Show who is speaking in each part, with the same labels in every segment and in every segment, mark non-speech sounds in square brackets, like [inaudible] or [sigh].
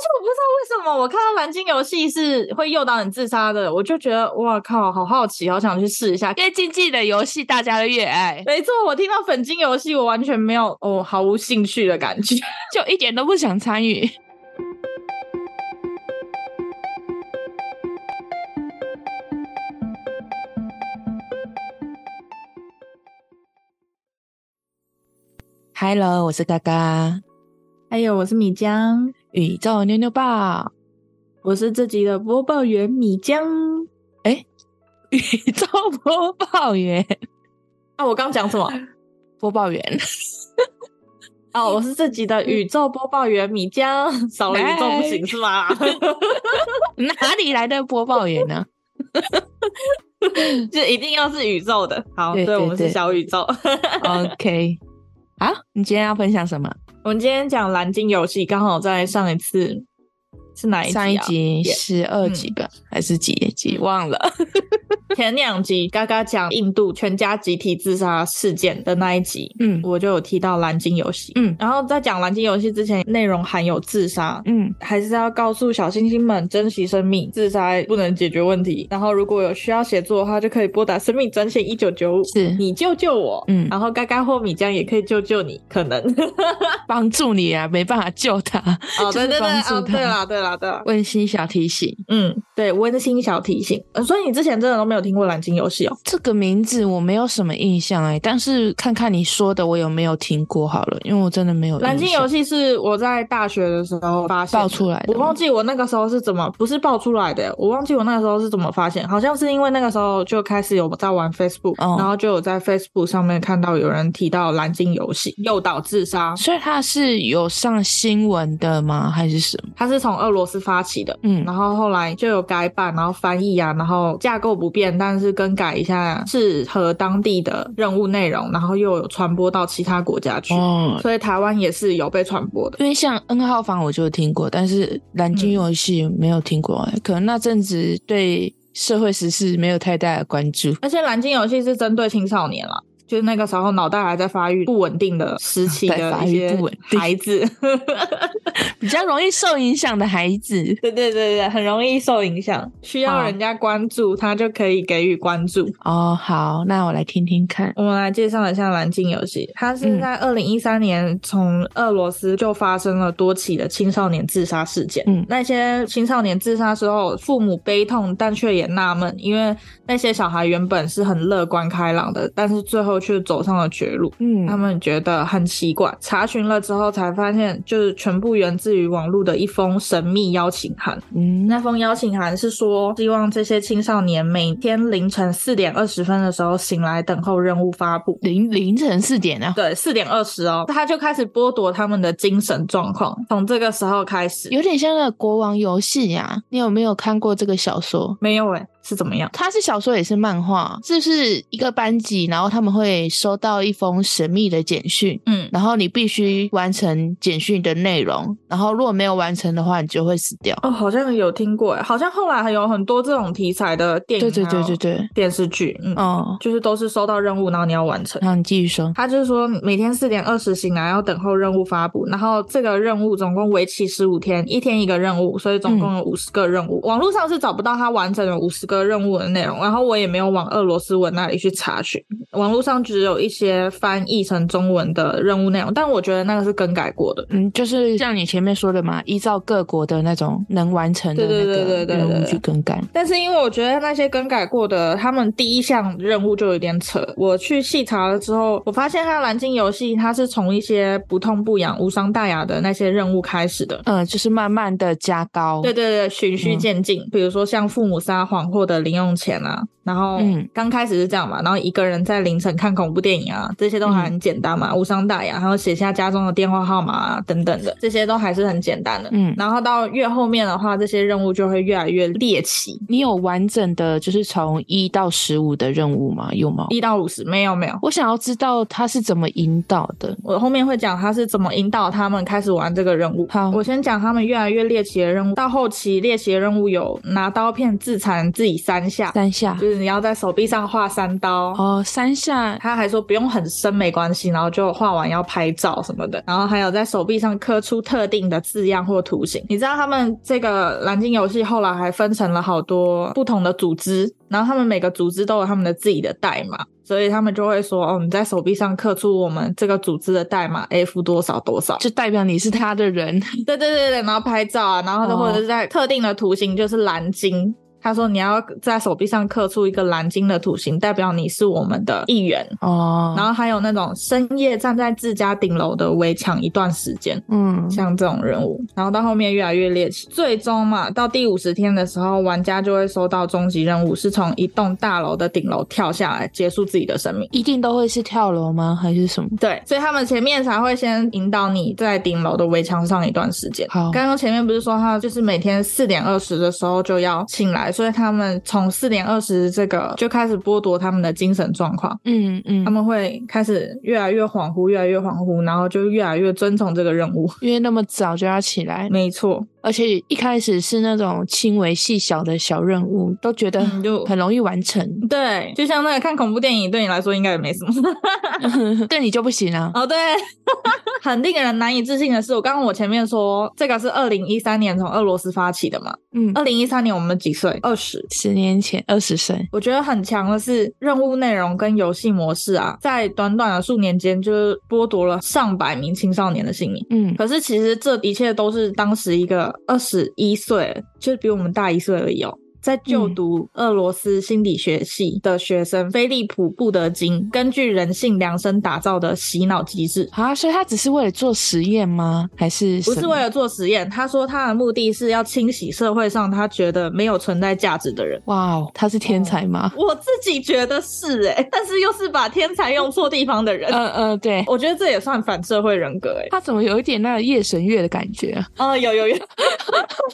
Speaker 1: 且我不知道为什么，我看到蓝鲸游戏是会诱导你自杀的，我就觉得哇靠，好好奇，好想去试一下。
Speaker 2: 越竞技的游戏大家都越爱，
Speaker 1: 没错，我听到粉晶游戏，我完全没有哦，毫无兴趣的感觉。 [laughs]
Speaker 2: 就一点都不想参与。Hello，我是嘎嘎，
Speaker 1: 还有，我是米江，
Speaker 2: 啊宇宙妞妞报，
Speaker 1: 我是这集的播报员米江。
Speaker 2: 宇宙播报员， [laughs]
Speaker 1: 啊，我刚讲 [laughs] 什么？
Speaker 2: 播报员，
Speaker 1: 哦，我是这集的宇宙播报员米江， [laughs] 少了宇宙不行是吗？
Speaker 2: 哪里来的播报员 [laughs] 呢、
Speaker 1: [laughs] 就一定要是宇宙的。好，
Speaker 2: 对
Speaker 1: 对，
Speaker 2: 对
Speaker 1: 我们是
Speaker 2: 对
Speaker 1: 小宇宙。 [laughs]
Speaker 2: OK，好，你今天要分享什么？
Speaker 1: 我们今天讲蓝鲸游戏，刚好在上一次是哪一集、啊？
Speaker 2: 上一集嗯
Speaker 1: 也
Speaker 2: 十二集吧，还是几集？忘了。
Speaker 1: 前两集，刚刚讲印度全家集体自杀事件的那一集，
Speaker 2: 嗯
Speaker 1: 我就有提到蓝鲸游戏。
Speaker 2: 嗯
Speaker 1: 然后在讲蓝鲸游戏之前，内容含有自杀。
Speaker 2: 嗯，
Speaker 1: 还是要告诉小星星们珍惜生命，自杀不能解决问题。然后如果有需要协助的话，就可以拨打生命专线一九九五，
Speaker 2: 是
Speaker 1: 你救救我。
Speaker 2: 嗯
Speaker 1: 然后嘎嘎或米江也可以救救你，可能。
Speaker 2: 帮助你啊，没办法救他。
Speaker 1: 哦，
Speaker 2: 就
Speaker 1: 对对
Speaker 2: 是
Speaker 1: 对，
Speaker 2: 帮
Speaker 1: [laughs]
Speaker 2: 助
Speaker 1: 哦，对
Speaker 2: 他
Speaker 1: 啦对啦对啦，
Speaker 2: 温馨小提醒，
Speaker 1: 嗯，对，温馨小提醒。呃所以你之前真的都没有听过蓝鲸游戏哦？
Speaker 2: 这个名字我没有什么印象哎、但是看看你说的，我有没有听过好了，因为我真的没有印象。
Speaker 1: 蓝鲸游戏是我在大学的时候发现的
Speaker 2: 爆出来的
Speaker 1: 我
Speaker 2: 吗，
Speaker 1: 忘记我那个时候是怎么，不是爆出来的，我忘记我那个时候是怎么发现，好像是因为那个时候就开始有在玩 Facebook，、
Speaker 2: 哦
Speaker 1: 然后就有在 Facebook 上面看到有人提到蓝鲸游戏诱导自杀，
Speaker 2: 所以它是有上新闻的吗？还是什么？
Speaker 1: 它是从俄罗斯发起的。
Speaker 2: 嗯
Speaker 1: 然后后来就有改版，然后翻译啊，然后架构不变，但是更改一下适合当地的任务内容，然后又有传播到其他国家去，
Speaker 2: 哦，
Speaker 1: 所以台湾也是有被传播的。
Speaker 2: 因为像 N 号房我就有听过，但是蓝鲸游戏没有听过、欸，可能那阵子对社会时事没有太大的关注。
Speaker 1: 而且蓝鲸游戏是针对青少年啦，就是那个时候脑袋还在发育不稳定的时期
Speaker 2: [laughs] 脑袋
Speaker 1: 的
Speaker 2: 发
Speaker 1: 一
Speaker 2: 育
Speaker 1: 些
Speaker 2: 不稳定
Speaker 1: 孩子，
Speaker 2: [laughs]
Speaker 1: [laughs]
Speaker 2: 比较容易受影响的孩子。
Speaker 1: 对对对对，很容易受影响，需要
Speaker 2: 好
Speaker 1: 人家关注，他就可以给予关注。
Speaker 2: 哦，好，那我来听听看。
Speaker 1: 我们来介绍一下蓝鲸游戏，它是
Speaker 2: 嗯
Speaker 1: 在二零一三年从俄罗斯就发生了多起的青少年自杀事件。
Speaker 2: 嗯
Speaker 1: 那些青少年自杀时候，父母悲痛，但却也纳闷，因为那些小孩原本是很乐观开朗的，但是最后却走上了绝路。
Speaker 2: 嗯
Speaker 1: 他们觉得很奇怪，查询了之后才发现，就是全部源自于网络的一封神秘邀请函。
Speaker 2: 嗯
Speaker 1: 那封邀请函是说，希望这些青少年每天凌晨四点二十分的时候醒来，等候任务发布。
Speaker 2: 凌凌晨四点啊，
Speaker 1: 对，四点二十哦，他就开始剥夺他们的精神状况，从这个时候开始。
Speaker 2: 有点像那个国王游戏呀。你有没有看过这个小说？
Speaker 1: 没有诶、欸是怎么样？
Speaker 2: 它是小说也是漫画，就是一个班级，然后他们会收到一封神秘的简讯，
Speaker 1: 嗯，
Speaker 2: 然后你必须完成简讯的内容，然后如果没有完成的话，你就会死掉。
Speaker 1: 哦，好像有听过诶、好像后来还有很多这种题材的电影，
Speaker 2: 对对对对，对，
Speaker 1: 电视剧，嗯，
Speaker 2: 哦，
Speaker 1: 就是都是收到任务，然后你要完成。
Speaker 2: 然后你继续说，
Speaker 1: 他就是说每天四点二十醒来，要等候任务发布。然后这个任务总共为期十五天，一天一个任务，所以总共有五十个任务。网络上是找不到他完整的五十个任务的内容，然后我也没有往俄罗斯文那里去查询，网络上只有一些翻译成中文的任务内容，但我觉得那个是更改过的。
Speaker 2: 嗯，就是像你前面说的嘛，依照各国的那种能完成的
Speaker 1: 对
Speaker 2: 那
Speaker 1: 对对对对
Speaker 2: 个
Speaker 1: 对
Speaker 2: 任务
Speaker 1: 对
Speaker 2: 去更改。
Speaker 1: 但是因为我觉得那些更改过的，他们第一项任务就有点扯。我去细查了之后，我发现他蓝鲸游戏它是从一些不痛不痒、无伤大雅的那些任务开始的。
Speaker 2: 嗯，就是慢慢的加高。
Speaker 1: 对对对，循序
Speaker 2: 嗯
Speaker 1: 渐进。比如说像父母撒谎获得零用钱啊，然后
Speaker 2: 嗯
Speaker 1: 刚开始是这样嘛，然后一个人在凌晨看恐怖电影啊，这些都
Speaker 2: 嗯
Speaker 1: 还很简单嘛，无伤大雅。还有写下家中的电话号码啊等等的，这些都还是很简单的。
Speaker 2: 嗯，
Speaker 1: 然后到越后面的话，这些任务就会越来越猎奇。
Speaker 2: 你有完整的，就是从一到十五的任务吗？有吗？
Speaker 1: 一到五十没有没有，
Speaker 2: 我想要知道他是怎么引导的。
Speaker 1: 我后面会讲他是怎么引导他们开始玩这个任务。
Speaker 2: 好
Speaker 1: 我先讲他们越来越猎奇的任务，到后期猎奇的任务有拿刀片自残自己三下，
Speaker 2: 三下
Speaker 1: 就，是你要在手臂上画三刀。
Speaker 2: 哦，三下
Speaker 1: 他还说不用很深没关系，然后就画完要拍照什么的，然后还有在手臂上刻出特定的字样或图形。你知道他们这个蓝鲸游戏后来还分成了好多不同的组织，然后他们每个组织都有他们的自己的代码，所以他们就会说哦，你在手臂上刻出我们这个组织的代码 F 多少多少。
Speaker 2: 就代表你是他的人，
Speaker 1: 对对对对，然后拍照啊，然后
Speaker 2: 哦
Speaker 1: 或者是在特定的图形，就是蓝鲸。他说：“你要在手臂上刻出一个蓝鲸的图形，代表你是我们的一员。
Speaker 2: 哦，
Speaker 1: 然后还有那种深夜站在自家顶楼的围墙一段时间，
Speaker 2: 嗯，
Speaker 1: 像这种任务，然后到后面越来越猎奇，最终嘛，到第五十天的时候，玩家就会收到终极任务，是从一栋大楼的顶楼跳下来，结束自己的生命。
Speaker 2: 一定都会是跳楼吗？还是什么？
Speaker 1: 对，所以他们前面才会先引导你在顶楼的围墙上一段时间。
Speaker 2: 好
Speaker 1: 刚刚前面不是说他就是每天四点二十的时候就要醒来，所以他们从四点二十这个就开始剥夺他们的精神状况。
Speaker 2: 嗯嗯
Speaker 1: 他，们会开始越来越恍惚，越来越恍惚，然后就越来越遵从这个任务。 [laughs]
Speaker 2: 因为那么早就要起来，
Speaker 1: 没错，
Speaker 2: 而且一开始是那种轻微细小的小任务，都觉得
Speaker 1: 嗯就
Speaker 2: 很容易完成， [laughs]
Speaker 1: 对，就像那个看恐怖电影，对你来说应该也没什么。 [laughs]
Speaker 2: 对你就不行啊。
Speaker 1: 哦，对， [laughs] 很令人难以置信的是，我刚刚我前面说这个是二零一三年从俄罗斯发起的嘛，
Speaker 2: 嗯，
Speaker 1: 二零一三年我们几岁？二十。
Speaker 2: 十年前二十岁，
Speaker 1: 我觉得很强的是，任务内容跟游戏模式啊，在短短的数年间，就是剥夺了上百名青少年的性命。
Speaker 2: 嗯，
Speaker 1: 可是其实这一切都是当时一个二十一岁，就是比我们大一岁而已哦。在就读俄罗斯心理学系的学生菲利普·布德金，根据人性量身打造的洗脑机制，
Speaker 2: 啊，所以他只是为了做实验吗？还是
Speaker 1: 不是
Speaker 2: 什么
Speaker 1: 为了做实验。他说他的目的是要清洗社会上他觉得没有存在价值的人。
Speaker 2: 哇哦，他是天才吗？
Speaker 1: 我自己觉得是诶、但是又是把天才用错地方的人，
Speaker 2: 嗯嗯，对，
Speaker 1: 我觉得这也算反社会人格诶、
Speaker 2: 他怎么有一点那个夜神月的感觉啊？
Speaker 1: 啊、有有有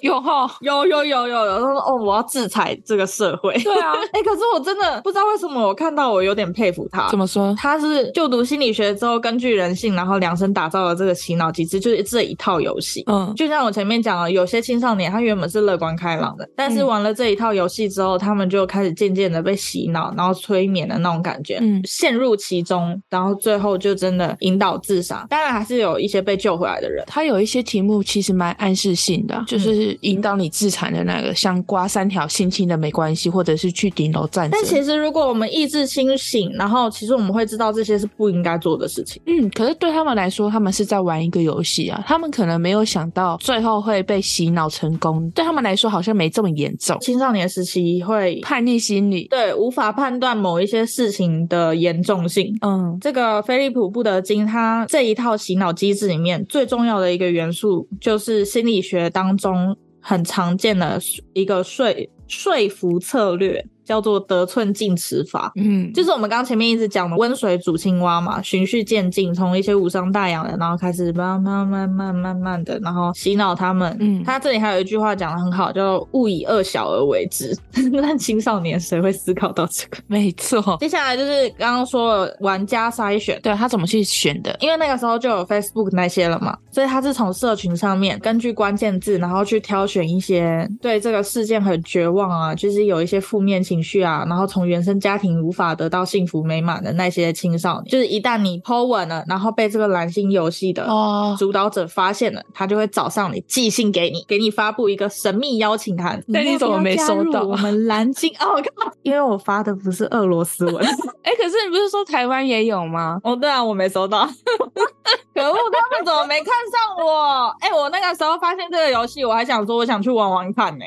Speaker 2: 有哈，
Speaker 1: 有有有有有，他说哦，我要制裁这个社会。
Speaker 2: 对啊，
Speaker 1: 哎、可是我真的不知道为什么，我看到我有点佩服他
Speaker 2: [laughs] 怎。么说？
Speaker 1: 他是就读心理学之后，根据人性，然后量身打造了这个洗脑机制，就是这一套游戏。
Speaker 2: 嗯，
Speaker 1: 就像我前面讲了，有些青少年他原本是乐观开朗的，但是
Speaker 2: 嗯
Speaker 1: 玩了这一套游戏之后，他们就开始渐渐的被洗脑，然后催眠的那种感觉，
Speaker 2: 嗯
Speaker 1: 陷入其中，然后最后就真的引导自杀。当然还是有一些被救回来的人。
Speaker 2: 它有一些题目其实蛮暗示性的啊，就是引导你自残的那个，像刮三条轻轻的没关系，或者是去顶楼站着。
Speaker 1: 但其实如果我们意志清醒，然后其实我们会知道这些是不应该做的事情。
Speaker 2: 嗯，可是对他们来说，他们是在玩一个游戏啊，他们可能没有想到最后会被洗脑成功，对他们来说好像没这么严重。
Speaker 1: 青少年时期会
Speaker 2: 叛逆心理，
Speaker 1: 对无法判断某一些事情的严重性。
Speaker 2: 嗯
Speaker 1: 这个菲利普·布德金他这一套洗脑机制里面最重要的一个元素，就是心理学当中很常见的一个说说服策略，叫做得寸进尺法。
Speaker 2: 嗯，
Speaker 1: 就是我们刚刚前面一直讲的温水煮青蛙嘛，循序渐进，从一些无伤大雅的，然后开始慢慢慢慢慢慢的，然后洗脑他们。
Speaker 2: 嗯
Speaker 1: 他这里还有一句话讲的很好，叫“勿以恶小而为之” 。 [laughs] 但青少年谁会思考到这个？
Speaker 2: 没错，
Speaker 1: 接下来就是刚刚说的玩家筛选。
Speaker 2: 对他怎么去选的？
Speaker 1: 因为那个时候就有 Facebook 那些了嘛，所以他是从社群上面根据关键字，然后去挑选一些对这个事件很绝望啊，就是有一些负面情绪啊，然后从原生家庭无法得到幸福美满的那些青少年，就是一旦你 Po 稳了，然后被这个蓝星游戏的
Speaker 2: 哦，
Speaker 1: 主导者发现了，他就会找上你，寄信给你，给你发布一个神秘邀请函。
Speaker 2: 但你
Speaker 1: 要不
Speaker 2: 怎么
Speaker 1: 要
Speaker 2: 没
Speaker 1: 加
Speaker 2: 收
Speaker 1: 入
Speaker 2: 到
Speaker 1: 我们蓝鲸哦，因为我发的不是俄罗斯文。
Speaker 2: 哎，可是你不是说台湾也有 [laughs] 吗？
Speaker 1: [laughs] 哦，对啊，我没收
Speaker 2: [laughs]
Speaker 1: 到，可恶，他们怎么没看上我？哎、我那个时候发现这个游戏，我还想说我想去玩玩看呢、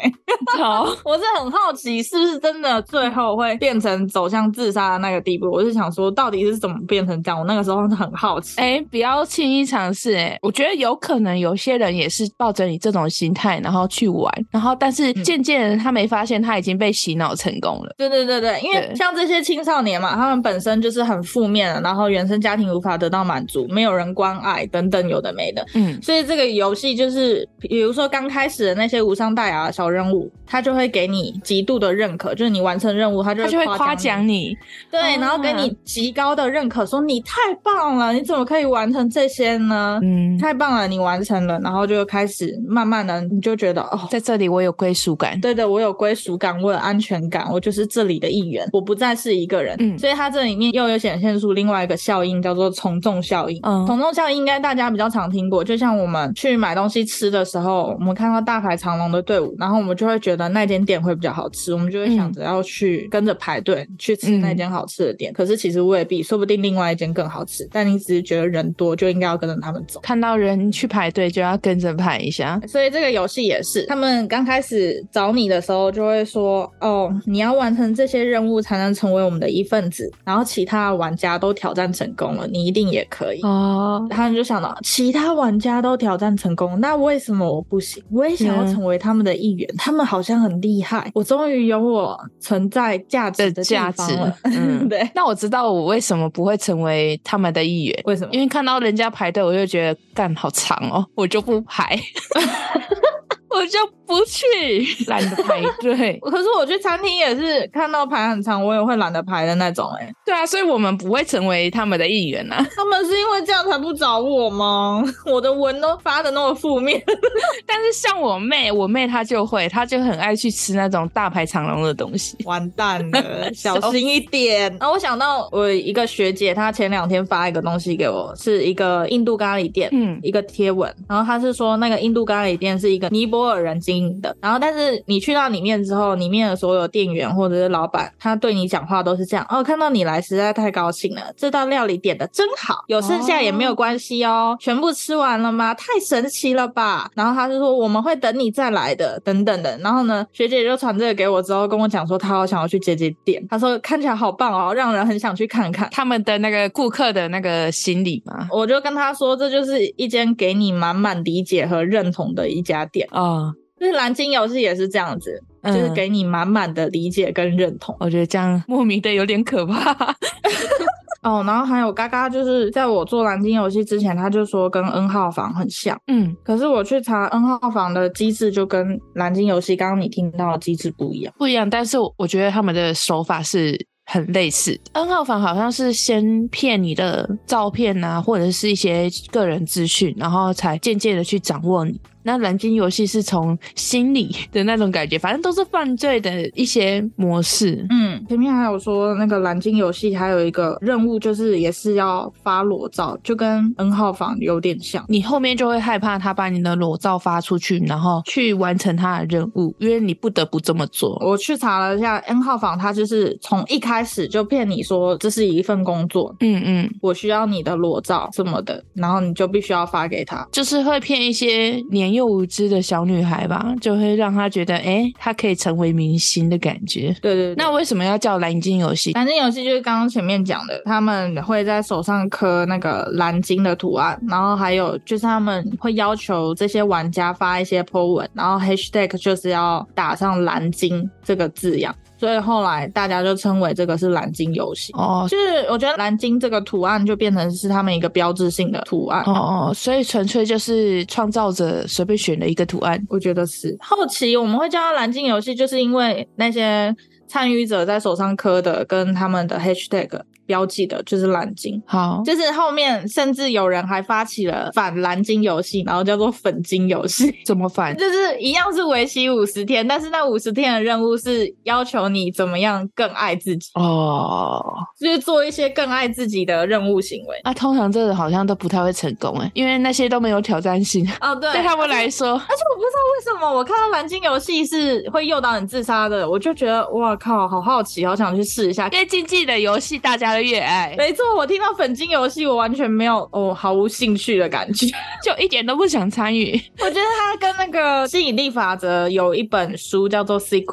Speaker 2: 好，
Speaker 1: 我是很好奇，是不是真的最后会变成走向自杀的那个地步？我是想说，到底是怎么变成这样？我那个时候是很好奇。
Speaker 2: 哎、不要轻易尝试、哎，我觉得有可能有些人也是抱着你这种心态，然后去玩，然后但是
Speaker 1: 嗯
Speaker 2: 渐渐的他没发现他已经被洗脑成功了。
Speaker 1: 对对对对，因为
Speaker 2: 对
Speaker 1: 像这些青少年嘛，他们本身就是很负面的，然后原生家庭无法得到满足，没有人关爱等等，有的没的。
Speaker 2: 嗯
Speaker 1: 所以这个游戏就是，比如说刚开始的那些无伤大雅的小任务，他就会给你极度的认可，就是你完成任务，他就
Speaker 2: 他就会夸
Speaker 1: 夸
Speaker 2: 奖
Speaker 1: 你，
Speaker 2: 你，
Speaker 1: 对，
Speaker 2: 啊
Speaker 1: 然后给你极高的认可，说你太棒了，你怎么可以完成这些呢？
Speaker 2: 嗯，
Speaker 1: 太棒了，你完成了，然后就开始慢慢的，你就觉得哦，
Speaker 2: 在这里我有归属感。
Speaker 1: 对的，我有归属感，我有安全感，我就是这里的一员，我不再是一个人。
Speaker 2: 嗯
Speaker 1: 所以它这里面又有显现出另外一个效应，叫做从众效应。
Speaker 2: 嗯
Speaker 1: 从众效应应该大家比较常听过，就像我们去买东西吃的时候，我们看到大排长龙的队伍，然后我们就会觉得那间店会比较好吃，我们就会
Speaker 2: 嗯
Speaker 1: 想着要去跟着排队去吃那间好吃的店。可是其实未必，说不定另外一间更好吃，但你只是觉得人多就应该要跟着他们走。
Speaker 2: 看到人去排队就要跟着排一下，
Speaker 1: 所以这个游戏也是，他们刚开始找你的时候就会说，哦，你要完成这些任务才能成为我们的一份子，然后其他玩家都挑战成功了，你一定也可以。
Speaker 2: 哦，
Speaker 1: 他们就想到，其他玩家都挑战成功，那为什么我不行？我也想要
Speaker 2: 嗯
Speaker 1: 成为他们的一员，他们好像很厉害，我终于有我存在价值的地
Speaker 2: 价
Speaker 1: 方
Speaker 2: 值
Speaker 1: 了。，
Speaker 2: [laughs] 嗯，
Speaker 1: [laughs] 对，
Speaker 2: 那我知道我为什么不会成为他们的一员，
Speaker 1: 为什么
Speaker 2: 因？为看到人家排队，我就觉得干好长哦，我就不排， [laughs] 我就不去，懒得排队。
Speaker 1: 可是我去餐厅也是看到排很长，我也会懒得排的那种、欸。哎，
Speaker 2: 对啊，所以我们不会成为他们的一员啊。 [laughs]
Speaker 1: 他们是因为这样才不找我吗？ [laughs] 我的文都发的那么负面， [laughs]
Speaker 2: 但是像我妹，我妹她就会，她就很爱去吃那种大排长龙的东西。
Speaker 1: 完蛋了，小心一点。然后我想到我一个学姐，她前两天发一个东西给我，是一个印度咖喱店。
Speaker 2: 嗯，
Speaker 1: 一个贴文，然后她是说那个印度咖喱店是一个尼泊尔人经营的，然后但是你去到里面之后，里面的所有店员或者是老板，他对你讲话都是这样哦，看到你来实在太高兴了，这道料理点的真好，有剩下也没有关系哦，全部吃完了吗？太神奇了吧！然后他就说我们会等你再来的，等等的。然后呢，学姐就传这个给我之后，跟我讲说她好想要去姐姐店，她说看起来好棒哦，让人很想去看看。
Speaker 2: 他们的那个顾客的那个心理嘛。
Speaker 1: 我就跟他说，这就是一间给你满满理解和认同的一家店。
Speaker 2: 哦，
Speaker 1: 就是蓝鲸游戏也是这样子，
Speaker 2: 嗯
Speaker 1: 就是给你满满的理解跟认同。
Speaker 2: 我觉得这样莫名的有点可怕。 [laughs]
Speaker 1: 哦，然后还有嘎嘎，就是在我做蓝鲸游戏之前，他就说跟 N 号房很像，
Speaker 2: 嗯，
Speaker 1: 可是我去查 N 号房的机制就跟蓝鲸游戏刚刚你听到的机制不一样。嗯
Speaker 2: 不一样，但是我我觉得他们的手法是。很类似，N 号房好像是先骗你的照片啊，或者是一些个人资讯，然后才渐渐的去掌握你。那蓝鲸游戏是从心理的那种感觉，反正都是犯罪的一些模式。
Speaker 1: 嗯，前面还有说那个蓝鲸游戏还有一个任务，就是也是要发裸照，就跟 N 号房有点像。
Speaker 2: 你后面就会害怕他把你的裸照发出去，然后去完成他的任务，因为你不得不这么做。
Speaker 1: 我去查了一下，N 号房它就是从一开始就骗你说这是一份工作，
Speaker 2: 嗯嗯，
Speaker 1: 我需要你的裸照什么的，然后你就必须要发给他。
Speaker 2: 就是会骗一些年幼无知的小女孩吧，就会让她觉得，哎、她可以成为明星的感觉。
Speaker 1: 对对对
Speaker 2: 那为什么要叫蓝鲸游戏？
Speaker 1: 蓝鲸游戏就是刚刚前面讲的，他们会在手上刻那个蓝鲸的图案，然后还有就是他们会要求这些玩家发一些 po 文，然后 hashtag 就是要打上蓝鲸这个字样，所以后来大家就称为这个是蓝鲸游戏。
Speaker 2: 哦
Speaker 1: 就是我觉得蓝鲸这个图案就变成是他们一个标志性的图案，
Speaker 2: 哦哦，所以纯粹就是创造者随便选了一个图案。
Speaker 1: 我觉得是。后期我们会叫它蓝鲸游戏，就是因为那些参与者在手上刻的跟他们的 hashtag 标记的就是蓝鲸。
Speaker 2: 好，
Speaker 1: 就是后面甚至有人还发起了反蓝鲸游戏，然后叫做粉鲸游戏， [laughs]
Speaker 2: 怎么反？
Speaker 1: 就是一样是为期五十天，但是那五十天的任务是要求你怎么样更爱自己，
Speaker 2: 哦，
Speaker 1: 就是做一些更爱自己的任务行为。
Speaker 2: 那、通常这个好像都不太会成功哎，因为那些都没有挑战性，
Speaker 1: 哦，对，
Speaker 2: 对他们来说，
Speaker 1: 而且我不知道为什么，我看到蓝鲸游戏是会诱导你自杀的，我就觉得哇靠，好好奇，好想去试一下。
Speaker 2: 越竞技的游戏大家都越爱，
Speaker 1: 没错，我听到粉鲸游戏，我完全没有哦，毫无兴趣的感觉。
Speaker 2: 就一点都不想参与。
Speaker 1: [laughs] 我觉得它跟那个吸引力法则有一本书叫做《Secret》。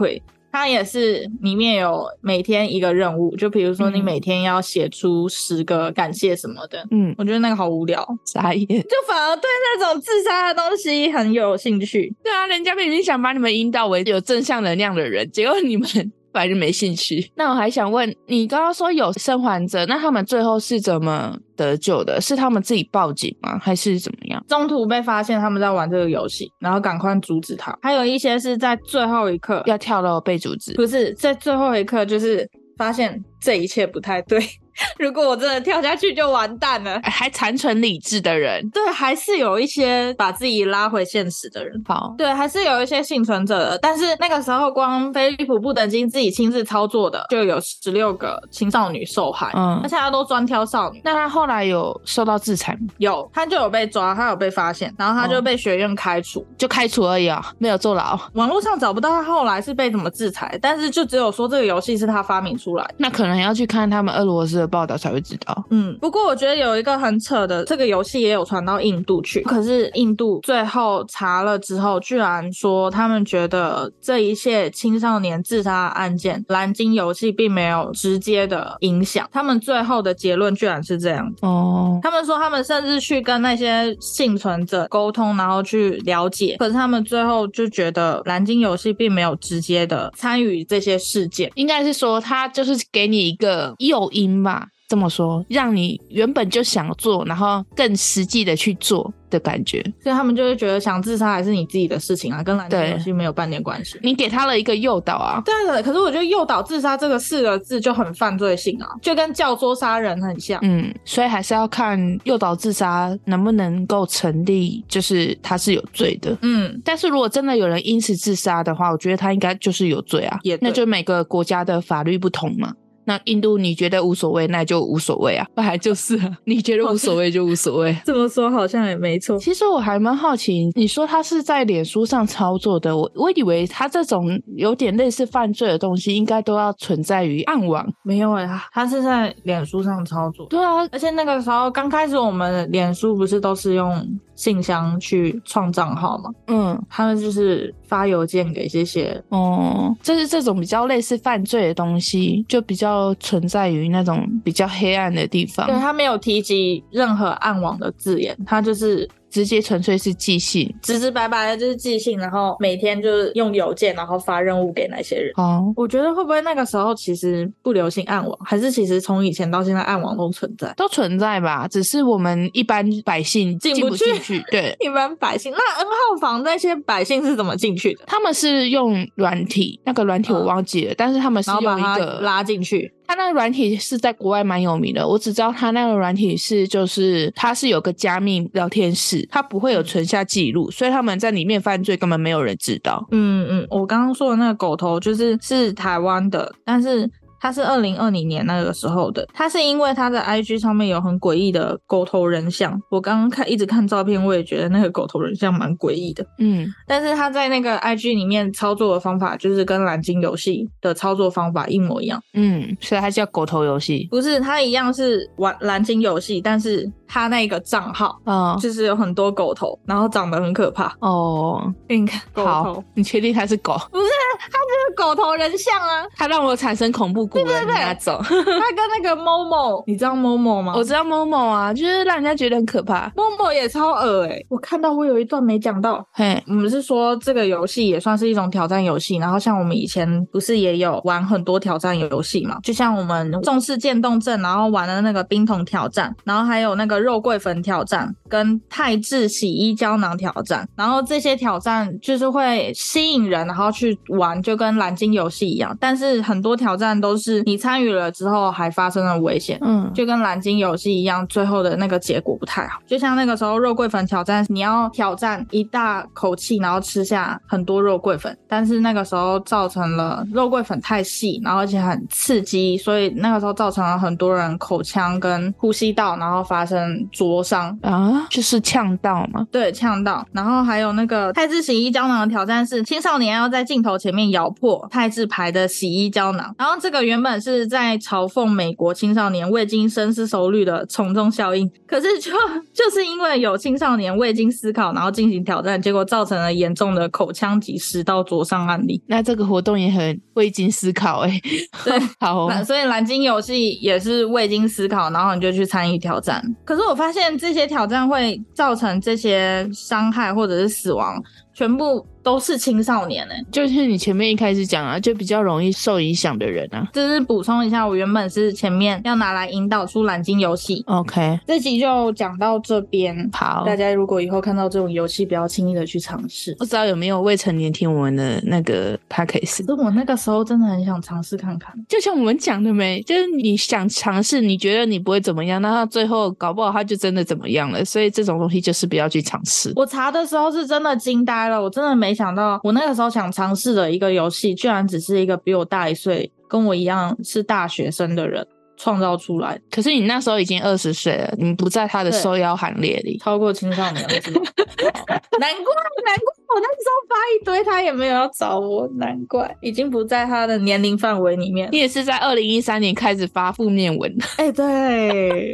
Speaker 1: 它也是里面有每天一个任务，就比如说你
Speaker 2: 嗯
Speaker 1: 每天要写出十个感谢什么的，
Speaker 2: 嗯，
Speaker 1: 我觉得那个好无聊，
Speaker 2: 傻眼。
Speaker 1: 就反而对那种自杀的东西很有兴趣。
Speaker 2: 对啊，人家明明想把你们引导为有正向能量的人，结果你们。 [laughs] 本来就没兴趣。那我还想问，你刚刚说有生还者，那他们最后是怎么得救的？是他们自己报警吗？还是怎么样？
Speaker 1: 中途被发现他们在玩这个游戏，然后赶快阻止他。还有一些是在最后一刻，
Speaker 2: 要跳楼被阻止？
Speaker 1: 不是在最后一刻，就是发现这一切不太对。 [laughs] 如果我真的跳下去，就完蛋了。
Speaker 2: 还残存理智的人，
Speaker 1: 对，还是有一些把自己拉回现实的人。
Speaker 2: 好，
Speaker 1: 对，还是有一些幸存者的，但是那个时候光菲利普布等金自己亲自操作的，就有十六个青少女受害，
Speaker 2: 嗯
Speaker 1: 而且他都专挑少女，
Speaker 2: 那他后来有受到制裁吗？
Speaker 1: 有他就有被抓，他有被发现，然后他就
Speaker 2: 哦
Speaker 1: 被学院开除。
Speaker 2: 就开除而已啊、没有坐牢。
Speaker 1: 网络上找不到他后来是被怎么制裁，但是就只有说这个游戏是他发明出来的。
Speaker 2: 那可能要去看他们俄罗斯的报道才会知道。
Speaker 1: 嗯，不过我觉得有一个很扯的，这个游戏也有传到印度去，可是印度最后查了之后，居然说他们觉得这一切青少年自杀案件，蓝鲸游戏并没有直接的影响，他们最后的结论居然是这样子。
Speaker 2: 哦，
Speaker 1: 他们说，他们甚至去跟那些幸存者沟通，然后去了解。可是他们最后就觉得蓝鲸游戏并没有直接的参与这些事件。
Speaker 2: 应该是说他就是给你一个诱因吧，这么说，让你原本就想做，然后更实际的去做的感觉。
Speaker 1: 所以他们就会觉得想自杀还是你自己的事情啊，跟蓝鲸
Speaker 2: 对
Speaker 1: 游戏没有半点关系。
Speaker 2: 你给他了一个诱导啊，
Speaker 1: 对的，可是我觉得诱导自杀这个四个字就很犯罪性啊，就跟教唆杀人很像。
Speaker 2: 嗯，所以还是要看诱导自杀能不能够成立，就是他是有罪的。
Speaker 1: 嗯，
Speaker 2: 但是如果真的有人因此自杀的话，我觉得他应该就是有罪啊
Speaker 1: 也。对
Speaker 2: 那就每个国家的法律不同嘛。那印度你觉得无所谓，那就无所谓啊，本来就是 [laughs] 啊，你觉得无所谓就无所谓。
Speaker 1: 这么说好像也没错。
Speaker 2: 其实我还蛮好奇，你说他是在脸书上操作的，我我以为他这种有点类似犯罪的东西，应该都要存在于暗网。
Speaker 1: 没有哎、他是在脸书上操作，
Speaker 2: 对啊，
Speaker 1: 而且那个时候刚开始我们脸书不是都是用信箱去创账号嘛，
Speaker 2: 嗯，
Speaker 1: 他们就是发邮件给这些。
Speaker 2: 哦，就是这种比较类似犯罪的东西，就比较存在于那种比较黑暗的地方
Speaker 1: 对，他没有提及任何暗网的字眼，他就是
Speaker 2: 直接纯粹是寄信。
Speaker 1: 直直白白的，就是寄信，然后每天就是用邮件，然后发任务给那些人。
Speaker 2: 哦，
Speaker 1: 我觉得会不会那个时候其实不流行暗网，还是其实从以前到现在暗网都存在？
Speaker 2: 都存在吧，只是我们一般百姓
Speaker 1: 进
Speaker 2: 进
Speaker 1: 不
Speaker 2: 不
Speaker 1: 去
Speaker 2: 进去。对，
Speaker 1: 一般百姓，那 N 号房那些百姓是怎么进去的？
Speaker 2: 他们是用软体，那个软体我忘记了，但是他们是
Speaker 1: 然后把
Speaker 2: 用一
Speaker 1: 他
Speaker 2: 个
Speaker 1: 拉进去，
Speaker 2: 他那个软体是在国外蛮有名的，我只知道他那个软体是就是它是有个加密聊天室，它不
Speaker 1: 嗯
Speaker 2: 会有存下记录，所以他们在里面犯罪根本没有人知道。
Speaker 1: 嗯嗯，我刚刚说的那个狗头就是是台湾的，但是它是二零二零年那个时候的，它是因为它的 IG 上面有很诡异的狗头人像，我刚刚看一直看照片，我也觉得那个狗头人像蛮诡异的，
Speaker 2: 嗯，
Speaker 1: 但是它在那个 IG 里面操作的方法就是跟蓝鲸游戏的操作方法一模一样。
Speaker 2: 嗯，所以它叫狗头游戏。
Speaker 1: 不是，它一样是玩蓝鲸游戏，但是它那个账号
Speaker 2: 哦
Speaker 1: 就是有很多狗头，然后长得很可怕。
Speaker 2: 哦，
Speaker 1: 给你看狗头
Speaker 2: 好，，你确定它是狗？ [laughs]
Speaker 1: 那个狗头人像啊，
Speaker 2: 它让我产生恐怖谷了，
Speaker 1: 对对对
Speaker 2: 你拿走。
Speaker 1: 它跟那个 Momo，你知道 Momo 吗？
Speaker 2: [laughs] 我知道某某啊，就是让人家觉得很可怕。
Speaker 1: Momo 也超恶诶、我看到我有一段没讲到。
Speaker 2: 嘿，
Speaker 1: 我们是说这个游戏也算是一种挑战游戏，然后像我们以前不是也有玩很多挑战游戏嘛？就像我们重视渐冻症，然后玩了那个冰桶挑战，然后还有那个肉桂粉挑战，跟泰式洗衣胶囊挑战，然后这些挑战就是会吸引人，然后去玩，就跟蓝鲸游戏一样。但是很多挑战都是你参与了之后还发生了危险，
Speaker 2: 嗯，
Speaker 1: 就跟蓝鲸游戏一样，最后的那个结果不太好。就像那个时候肉桂粉挑战，你要挑战一大口气，然后吃下很多肉桂粉，但是那个时候造成了肉桂粉太细，然后而且很刺激，所以那个时候造成了很多人口腔跟呼吸道，然后发生灼伤。
Speaker 2: 啊，就是呛到嘛。
Speaker 1: 对，呛到。然后还有那个泰式洗衣胶囊的挑战是青少年要在镜头前面咬破泰式牌的洗衣胶囊。然后这个原本是在嘲讽美国青少年未经深思熟虑的从众效应，可是就就是因为有青少年未经思考，然后进行挑战，结果造成了严重的口腔及食道灼伤案例。
Speaker 2: 那这个活动也很未经思考哎、
Speaker 1: 对
Speaker 2: [laughs] 好哦、
Speaker 1: 那所以蓝鲸游戏也是未经思考，然后你就去参与挑战。可是我发现这些挑战会造成这些伤害或者是死亡，全部都是青少年哎、
Speaker 2: 就是你前面一开始讲啊，就比较容易受影响的人啊。
Speaker 1: 就是补充一下，我原本是前面要拿来引导出蓝鲸游戏，
Speaker 2: OK，
Speaker 1: 这集就讲到这边。
Speaker 2: 好，
Speaker 1: 大家如果以后看到这种游戏，不要轻易的去尝试。
Speaker 2: 不知道有没有未成年听我们的那个 p a c k a g e
Speaker 1: 可是我那个时候真的很想尝试看看，
Speaker 2: 就像我们讲的没，就是你想尝试，你觉得你不会怎么样，那他最后搞不好他就真的怎么样了。所以这种东西就是不要去尝试。
Speaker 1: 我查的时候是真的惊呆了，我真的没想到，我那个时候想尝试的一个游戏，居然只是一个比我大一岁，跟我一样是大学生的人创造出来的，
Speaker 2: 可是你那时候已经二十岁了，你不在他的
Speaker 1: 对
Speaker 2: 受邀行列里。
Speaker 1: 超过青少年了， [laughs] 是吗难怪，难怪我那时候发一堆，他也没有要找我，难怪已经不在他的年龄范围里面
Speaker 2: 你。也是在二零一三年开始发负面文， [laughs]
Speaker 1: 哎、对，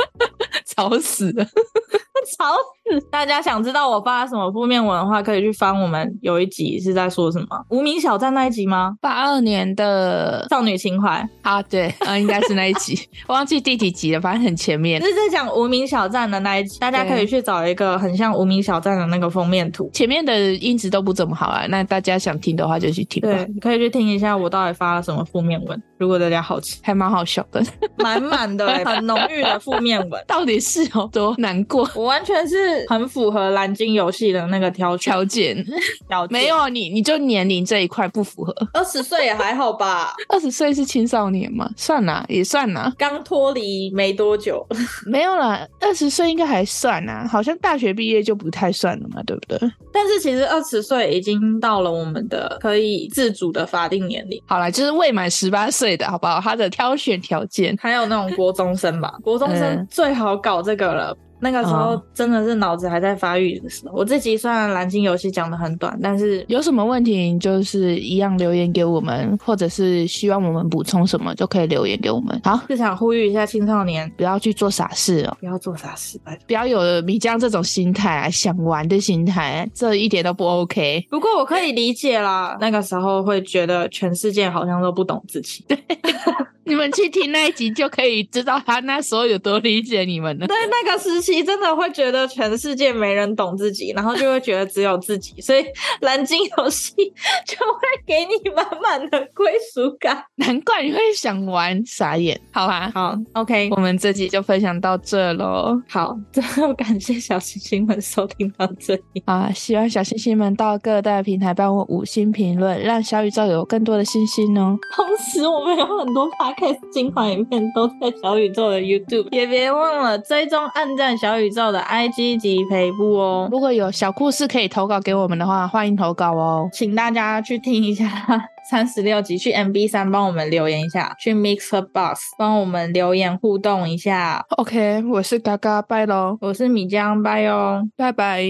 Speaker 2: 吵死了。
Speaker 1: [laughs] 吵死！大家想知道我发什么负面文的话，可以去翻我们有一集是在说什么无名小站那一集吗？
Speaker 2: 八二年的
Speaker 1: 少女情怀，
Speaker 2: 啊，对，啊，应该是那一 [laughs] 集，忘记第几集了，反正很前面
Speaker 1: 就。是在讲无名小站的那一集，大家可以去找一个很像无名小站的那个封面图。
Speaker 2: 前面的音质都不怎么好啊，那大家想听的话就去听吧，
Speaker 1: 对，，可以去听一下我到底发了什么负面文，如果大家好奇
Speaker 2: 还蛮好笑的。
Speaker 1: [laughs]
Speaker 2: [laughs]
Speaker 1: 满满的、欸、 [laughs] 很浓郁的负面文，
Speaker 2: 到底是有多难过？
Speaker 1: [laughs] 我完全是很符合蓝鲸游戏的那个挑选，
Speaker 2: 条件
Speaker 1: 条件
Speaker 2: 没 [laughs] 有啊你，你就年龄这一块不符合。
Speaker 1: 二十岁也还好吧，
Speaker 2: 二十岁是青少年嘛？算啦，也算啦，
Speaker 1: 刚脱离没多久， [laughs]
Speaker 2: 没有啦，二十岁应该还算啦，好像大学毕业就不太算了嘛，对不对？
Speaker 1: 但是其实二十岁已经到了我们的可以自主的法定年龄，
Speaker 2: 好啦，就是未满十八岁的好不好？他的挑选条件，
Speaker 1: 还有那种国中生
Speaker 2: [laughs]
Speaker 1: 吧，国中生
Speaker 2: 嗯
Speaker 1: 最好搞这个了。那个时候
Speaker 2: 哦
Speaker 1: 真的是脑子还在发育的时候。我这集虽然蓝鲸游戏讲的很短，但是
Speaker 2: 有什么问题就是一样留言给我们，或者是希望我们补充什么都可以留言给我们。好，
Speaker 1: 是想呼吁一下青少年
Speaker 2: 不要去做傻事哦，
Speaker 1: 不要做傻事，拜托。
Speaker 2: 不要有米江这种心态啊，想玩的心态、这一点都不 OK。
Speaker 1: 不过我可以理解啦，那个时候会觉得全世界好像都不懂自己。 [laughs] 对，
Speaker 2: 你们去听那一集就可以知道他那时候有多理解你们了。
Speaker 1: 那个时期真的会觉得全世界没人懂自己，然后就会觉得只有自己，所以蓝鲸游戏 [laughs] 就会给你满满的归属感。
Speaker 2: 难怪你会想玩，傻眼。好吧，
Speaker 1: 好，OK，
Speaker 2: 我们这集就分享到这喽。
Speaker 1: 好， [laughs] 最后感谢小星星们收听到这里。 [laughs]
Speaker 2: 啊，希望小星星们到各大平台帮我五星评论，让小宇宙有更多的星星哦。
Speaker 1: 同时，我们有很多 podcast 精华影片都在小宇宙的 YouTube，也别忘了追踪、暗赞小宇宙的 IG 及陪布哦。
Speaker 2: 如果有小故事可以投稿给我们的话，欢迎投稿哦。
Speaker 1: 请大家去听一下 [laughs] 三十六集，去 MB 三帮我们留言一下，去 Mixer Box 帮我们留言互动一下。
Speaker 2: OK，我是嘎嘎，拜喽，
Speaker 1: 我是米江，拜哦。
Speaker 2: 拜拜。